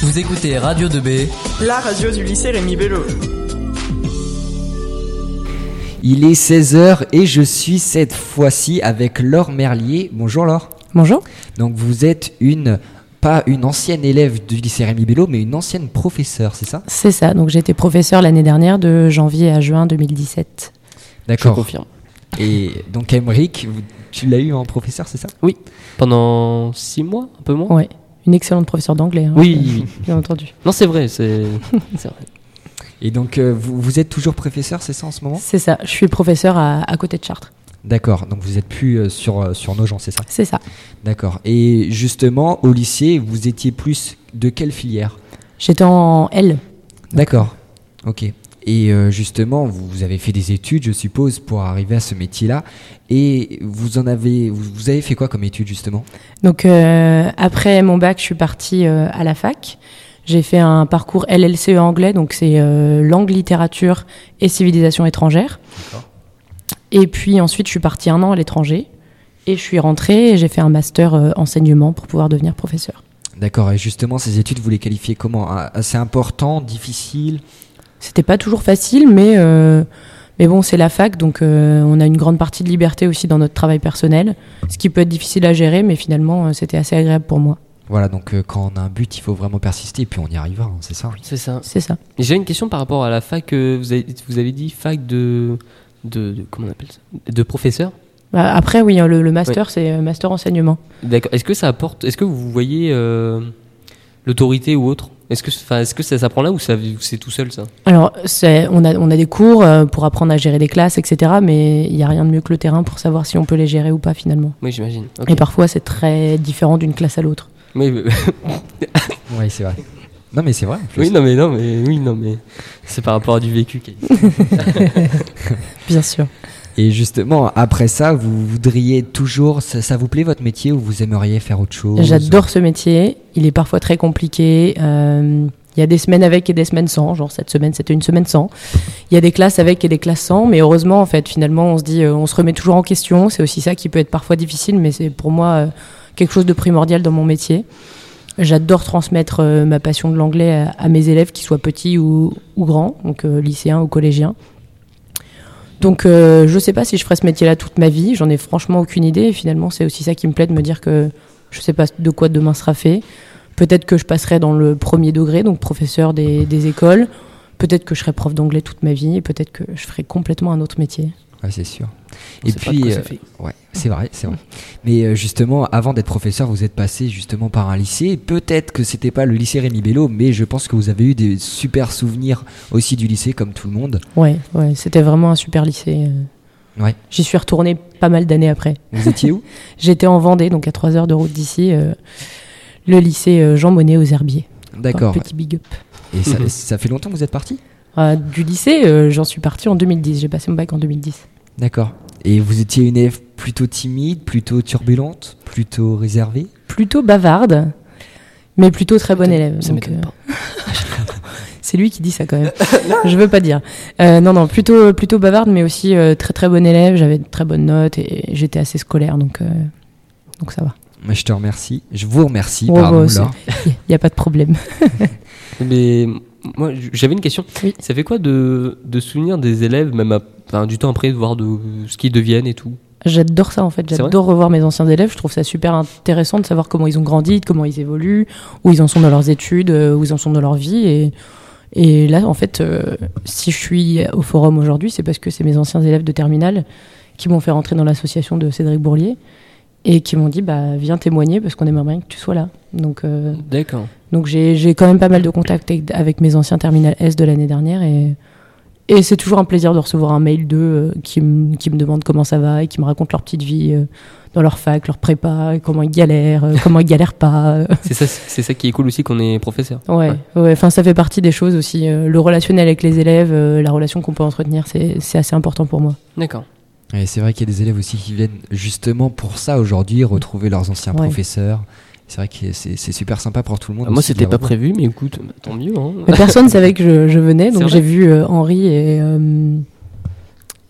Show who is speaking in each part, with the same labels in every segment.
Speaker 1: Vous écoutez Radio 2B.
Speaker 2: La radio du lycée Rémi Bello.
Speaker 3: Il est 16h et je suis cette fois-ci avec Laure Merlier. Bonjour Laure.
Speaker 4: Bonjour.
Speaker 3: Donc vous êtes une, pas une ancienne élève du lycée Rémi Bello, mais une ancienne professeure, c'est ça
Speaker 4: C'est ça. Donc j'étais professeur l'année dernière de janvier à juin 2017.
Speaker 5: Je
Speaker 3: D'accord.
Speaker 5: confirme.
Speaker 3: Et donc Emeric, vous- tu l'as eu en professeur, c'est ça
Speaker 5: Pendant six mois, un peu moins.
Speaker 4: Ouais. Une excellente professeure d'anglais. hein,
Speaker 5: Oui.
Speaker 4: euh, bien entendu.
Speaker 5: Non, c'est vrai, c'est c'est vrai.
Speaker 3: Et donc euh, vous, vous êtes toujours professeur, c'est ça en ce moment
Speaker 4: C'est ça. Je suis professeur à, à côté de Chartres.
Speaker 3: D'accord. Donc vous êtes plus euh, sur, euh, sur nos gens, c'est ça
Speaker 4: C'est ça.
Speaker 3: D'accord. Et justement, au lycée, vous étiez plus de quelle filière
Speaker 4: J'étais en L.
Speaker 3: D'accord. Ok. Et euh, justement, vous, vous avez fait des études, je suppose, pour arriver à ce métier-là. Et vous en avez, vous, vous avez fait quoi comme études justement
Speaker 4: Donc euh, après mon bac, je suis partie euh, à la fac. J'ai fait un parcours LLCE E anglais, donc c'est euh, langue, littérature et civilisation étrangère. Et puis ensuite, je suis partie un an à l'étranger et je suis rentrée et j'ai fait un master euh, enseignement pour pouvoir devenir professeur.
Speaker 3: D'accord. Et justement, ces études, vous les qualifiez comment Ah, Assez important, difficile.
Speaker 4: C'était pas toujours facile, mais, euh, mais bon, c'est la fac, donc euh, on a une grande partie de liberté aussi dans notre travail personnel, ce qui peut être difficile à gérer, mais finalement, euh, c'était assez agréable pour moi.
Speaker 3: Voilà. Donc, euh, quand on a un but, il faut vraiment persister, et puis on y arrivera. hein, c'est ça.
Speaker 5: C'est ça.
Speaker 4: C'est ça.
Speaker 5: J'ai une question par rapport à la fac. euh, Vous avez, vous avez dit fac de, de, de- comment on appelle ça De professeur.
Speaker 4: Bah, Après, oui, hein, le, le master, c'est euh, master enseignement.
Speaker 5: D'accord. Est-ce que ça apporte Est-ce que vous voyez euh, l'autorité ou autre Est-ce que, enfin, est-ce que ça s'apprend là ou ça, ou c'est tout seul ça
Speaker 4: Alors, c'est, on, a, on a des cours euh, pour apprendre à gérer des classes, etc., mais il n'y a rien de mieux que le terrain pour savoir si on peut les gérer ou pas finalement.
Speaker 5: Oui, j'imagine. Ok.
Speaker 4: Et parfois, c'est très différent d'une classe à l'autre.
Speaker 5: Oui, mais-
Speaker 3: Oui, c'est vrai. Non, mais c'est vrai. en plus.
Speaker 5: oui, non, mais non, mais oui, non, mais c'est par rapport à du vécu. qu'a dit.
Speaker 4: Bien sûr.
Speaker 3: Et justement, après ça, vous voudriez toujours, ça, ça vous plaît votre métier ou vous aimeriez faire autre chose
Speaker 4: J'adore ce métier. Il est parfois très compliqué. Euh, il y a des semaines avec et des semaines sans. Genre cette semaine, c'était une semaine sans. Il y a des classes avec et des classes sans. Mais heureusement, en fait, finalement, on se dit, euh, on se remet toujours en question. C'est aussi ça qui peut être parfois difficile, mais c'est pour moi euh, quelque chose de primordial dans mon métier. J'adore transmettre euh, ma passion de l'anglais à, à mes élèves, qu'ils soient petits ou, ou grands, donc euh, lycéens ou collégiens. Donc euh, je sais pas si je ferai ce métier-là toute ma vie, j'en ai franchement aucune idée, et finalement c'est aussi ça qui me plaît de me dire que je sais pas de quoi demain sera fait. Peut-être que je passerai dans le premier degré, donc professeur des, des écoles. Peut-être que je serai prof d'anglais toute ma vie et peut-être que je ferai complètement un autre métier.
Speaker 3: Ouais, c'est sûr.
Speaker 5: On
Speaker 3: et
Speaker 5: sait pas de quoi
Speaker 3: puis,
Speaker 5: ça
Speaker 3: euh,
Speaker 5: fait.
Speaker 3: ouais, c'est vrai, c'est vrai. Mais euh, justement, avant d'être professeur, vous êtes passé justement par un lycée. Peut-être que c'était pas le lycée Rémi Bello, mais je pense que vous avez eu des super souvenirs aussi du lycée, comme tout le monde.
Speaker 4: Ouais, ouais, c'était vraiment un super lycée. euh.
Speaker 3: Ouais.
Speaker 4: J'y suis retournée pas mal d'années après.
Speaker 3: Vous étiez où
Speaker 4: J'étais en Vendée, donc à 3 heures de route d'ici, euh, le lycée euh, Jean Monnet aux Herbiers.
Speaker 3: D'accord.
Speaker 4: Un Petit big up.
Speaker 3: Et ça, ça fait longtemps que vous êtes parti
Speaker 4: Euh, du lycée, euh, j'en suis partie en 2010. J'ai passé mon bac en 2010.
Speaker 3: D'accord. Et vous étiez une élève plutôt timide, plutôt turbulente, plutôt réservée
Speaker 4: Plutôt bavarde, mais plutôt très bonne élève.
Speaker 5: Ça
Speaker 4: donc,
Speaker 5: m'étonne
Speaker 4: euh,
Speaker 5: pas.
Speaker 4: C'est lui qui dit ça quand même. je veux pas dire. Euh, non, non, plutôt, plutôt bavarde, mais aussi euh, très très bonne élève. J'avais de très bonnes notes et j'étais assez scolaire, donc, euh, donc ça va.
Speaker 3: Moi, Je te remercie. Je vous remercie.
Speaker 4: Oh,
Speaker 3: pardon,
Speaker 4: bah, c'est-
Speaker 3: Laure.
Speaker 4: Il n'y a pas de problème.
Speaker 5: Mais moi, j- j'avais une question.
Speaker 4: Oui.
Speaker 5: Ça fait quoi de, de souvenir des élèves, même à- enfin, du temps après, de voir de, ce qu'ils deviennent et tout
Speaker 4: J'adore ça en fait.
Speaker 5: C'est vrai
Speaker 4: J'adore revoir mes anciens élèves. Je trouve ça super intéressant de savoir comment ils ont grandi, de comment ils évoluent, où ils en sont dans leurs études, euh, où ils en sont dans leur vie. Et, et là, en fait, euh, si je suis au forum aujourd'hui, c'est parce que c'est mes anciens élèves de terminale qui m'ont fait rentrer dans l'association de Cédric Bourlier et qui m'ont dit bah viens témoigner parce qu'on aimerait bien que tu sois là. Donc euh,
Speaker 5: D'accord.
Speaker 4: donc j'ai j'ai quand même pas mal de contacts avec- avec mes anciens terminal S de l'année dernière et, et c'est toujours un plaisir de recevoir un mail d'eux euh, qui, me- qui me demandent comment ça va et qui me racontent leur petite vie euh, dans leur fac, leur prépa, et comment ils galèrent, euh, comment ils galèrent pas. euh.
Speaker 5: C'est ça, c'est ça qui est cool aussi qu'on est professeur.
Speaker 4: Ouais, ouais, enfin ça fait partie des choses aussi. euh, le relationnel avec les élèves, euh, la relation qu'on peut entretenir, c'est c'est assez important pour moi.
Speaker 5: D'accord.
Speaker 3: Et c'est vrai qu'il y a des élèves aussi qui viennent justement pour ça aujourd'hui, retrouver leurs anciens
Speaker 4: Ouais.
Speaker 3: professeurs. C'est vrai que c'est c'est super sympa pour tout le monde.
Speaker 5: Ah, moi,
Speaker 3: aussi de
Speaker 5: c'était pas
Speaker 3: les revoir.
Speaker 5: prévu, mais écoute, bah, tant mieux. hein.
Speaker 4: Mais personne savait que je, je venais,
Speaker 5: C'est
Speaker 4: donc
Speaker 5: vrai
Speaker 4: j'ai vu euh, Henri et, euh,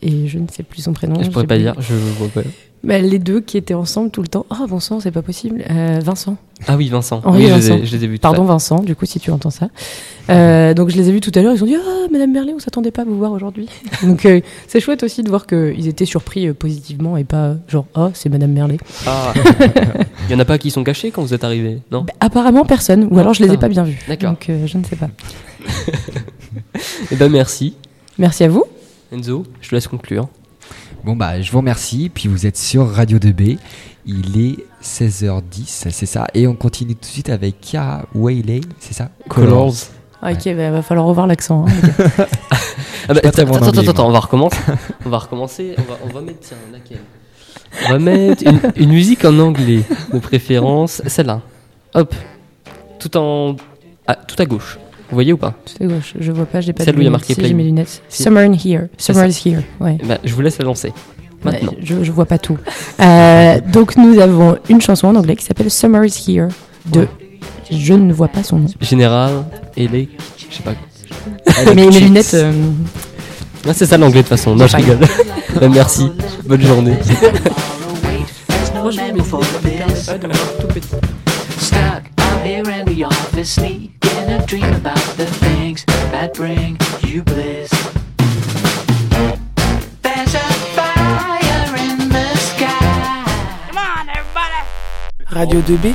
Speaker 4: et je ne sais plus son prénom.
Speaker 5: Je pourrais
Speaker 4: j'ai
Speaker 5: pas
Speaker 4: plus-
Speaker 5: dire, je vois pas.
Speaker 4: Bah, les deux qui étaient ensemble tout le temps. Ah bon sang, c'est pas possible. Euh, Vincent.
Speaker 5: Ah oui, Vincent.
Speaker 4: Henri
Speaker 5: oui, je les
Speaker 4: Vincent.
Speaker 5: ai- je les ai vus. tout à
Speaker 4: Pardon
Speaker 5: l'heure.
Speaker 4: Vincent, du coup si tu entends ça. Euh, donc je les ai vus tout à l'heure, ils ont dit ah Madame Berlet, on s'attendait pas à vous voir aujourd'hui. donc euh, c'est chouette aussi de voir qu'ils étaient surpris euh, positivement et pas euh, genre oh c'est Madame Berlet.
Speaker 5: Ah. Il y en a pas qui sont cachés quand vous êtes arrivés, non
Speaker 4: Bah, apparemment personne, ou alors je les ai
Speaker 5: Ah.
Speaker 4: pas bien vus.
Speaker 5: D'accord.
Speaker 4: Donc euh, je ne sais pas.
Speaker 5: Eh ben merci,
Speaker 4: Merci à vous.
Speaker 5: Enzo. Je te laisse conclure.
Speaker 3: Bon bah je vous remercie, puis vous êtes sur Radio 2B, il est 16h10, c'est ça, et on continue tout de suite avec Kia Wayley, c'est ça
Speaker 4: Ah, Ok, bah, va falloir revoir l'accent. hein.
Speaker 5: Ah bah,
Speaker 3: pas très
Speaker 5: attends,
Speaker 3: bon en
Speaker 5: attends,
Speaker 3: anglais,
Speaker 5: attends, attends, on va recommencer. on va recommencer. On va, on va mettre tiens, laquelle On va mettre une, une musique en anglais de préférence, celle-là. Hop, tout en ah, tout à gauche. Vous voyez ou pas
Speaker 4: Tout à gauche, je vois pas, j'ai pas
Speaker 5: Celle
Speaker 4: de
Speaker 5: où il y a
Speaker 4: lunettes.
Speaker 5: marqué
Speaker 4: Si,
Speaker 5: play.
Speaker 4: j'ai mes lunettes.
Speaker 5: Si.
Speaker 4: Summer in here.
Speaker 5: C'est
Speaker 4: Summer is here. Ouais.
Speaker 5: Eh ben, Je vous laisse la lancer. Maintenant.
Speaker 4: Ouais, je, je vois pas tout. Euh, donc nous avons une chanson en anglais qui s'appelle Summer is here de je ne vois pas son nom.
Speaker 5: Général, élec, je sais pas.
Speaker 4: Mais mes lunettes. euh,
Speaker 5: Ah, c'est ça l'anglais de toute façon. Non, je rigole. Bah, merci. Bonne journée.
Speaker 1: Stuck out here in the office, sneaking a dream about the things that bring you bliss. There's a fire in the sky.
Speaker 6: Come on, everybody.
Speaker 2: Radio 2B.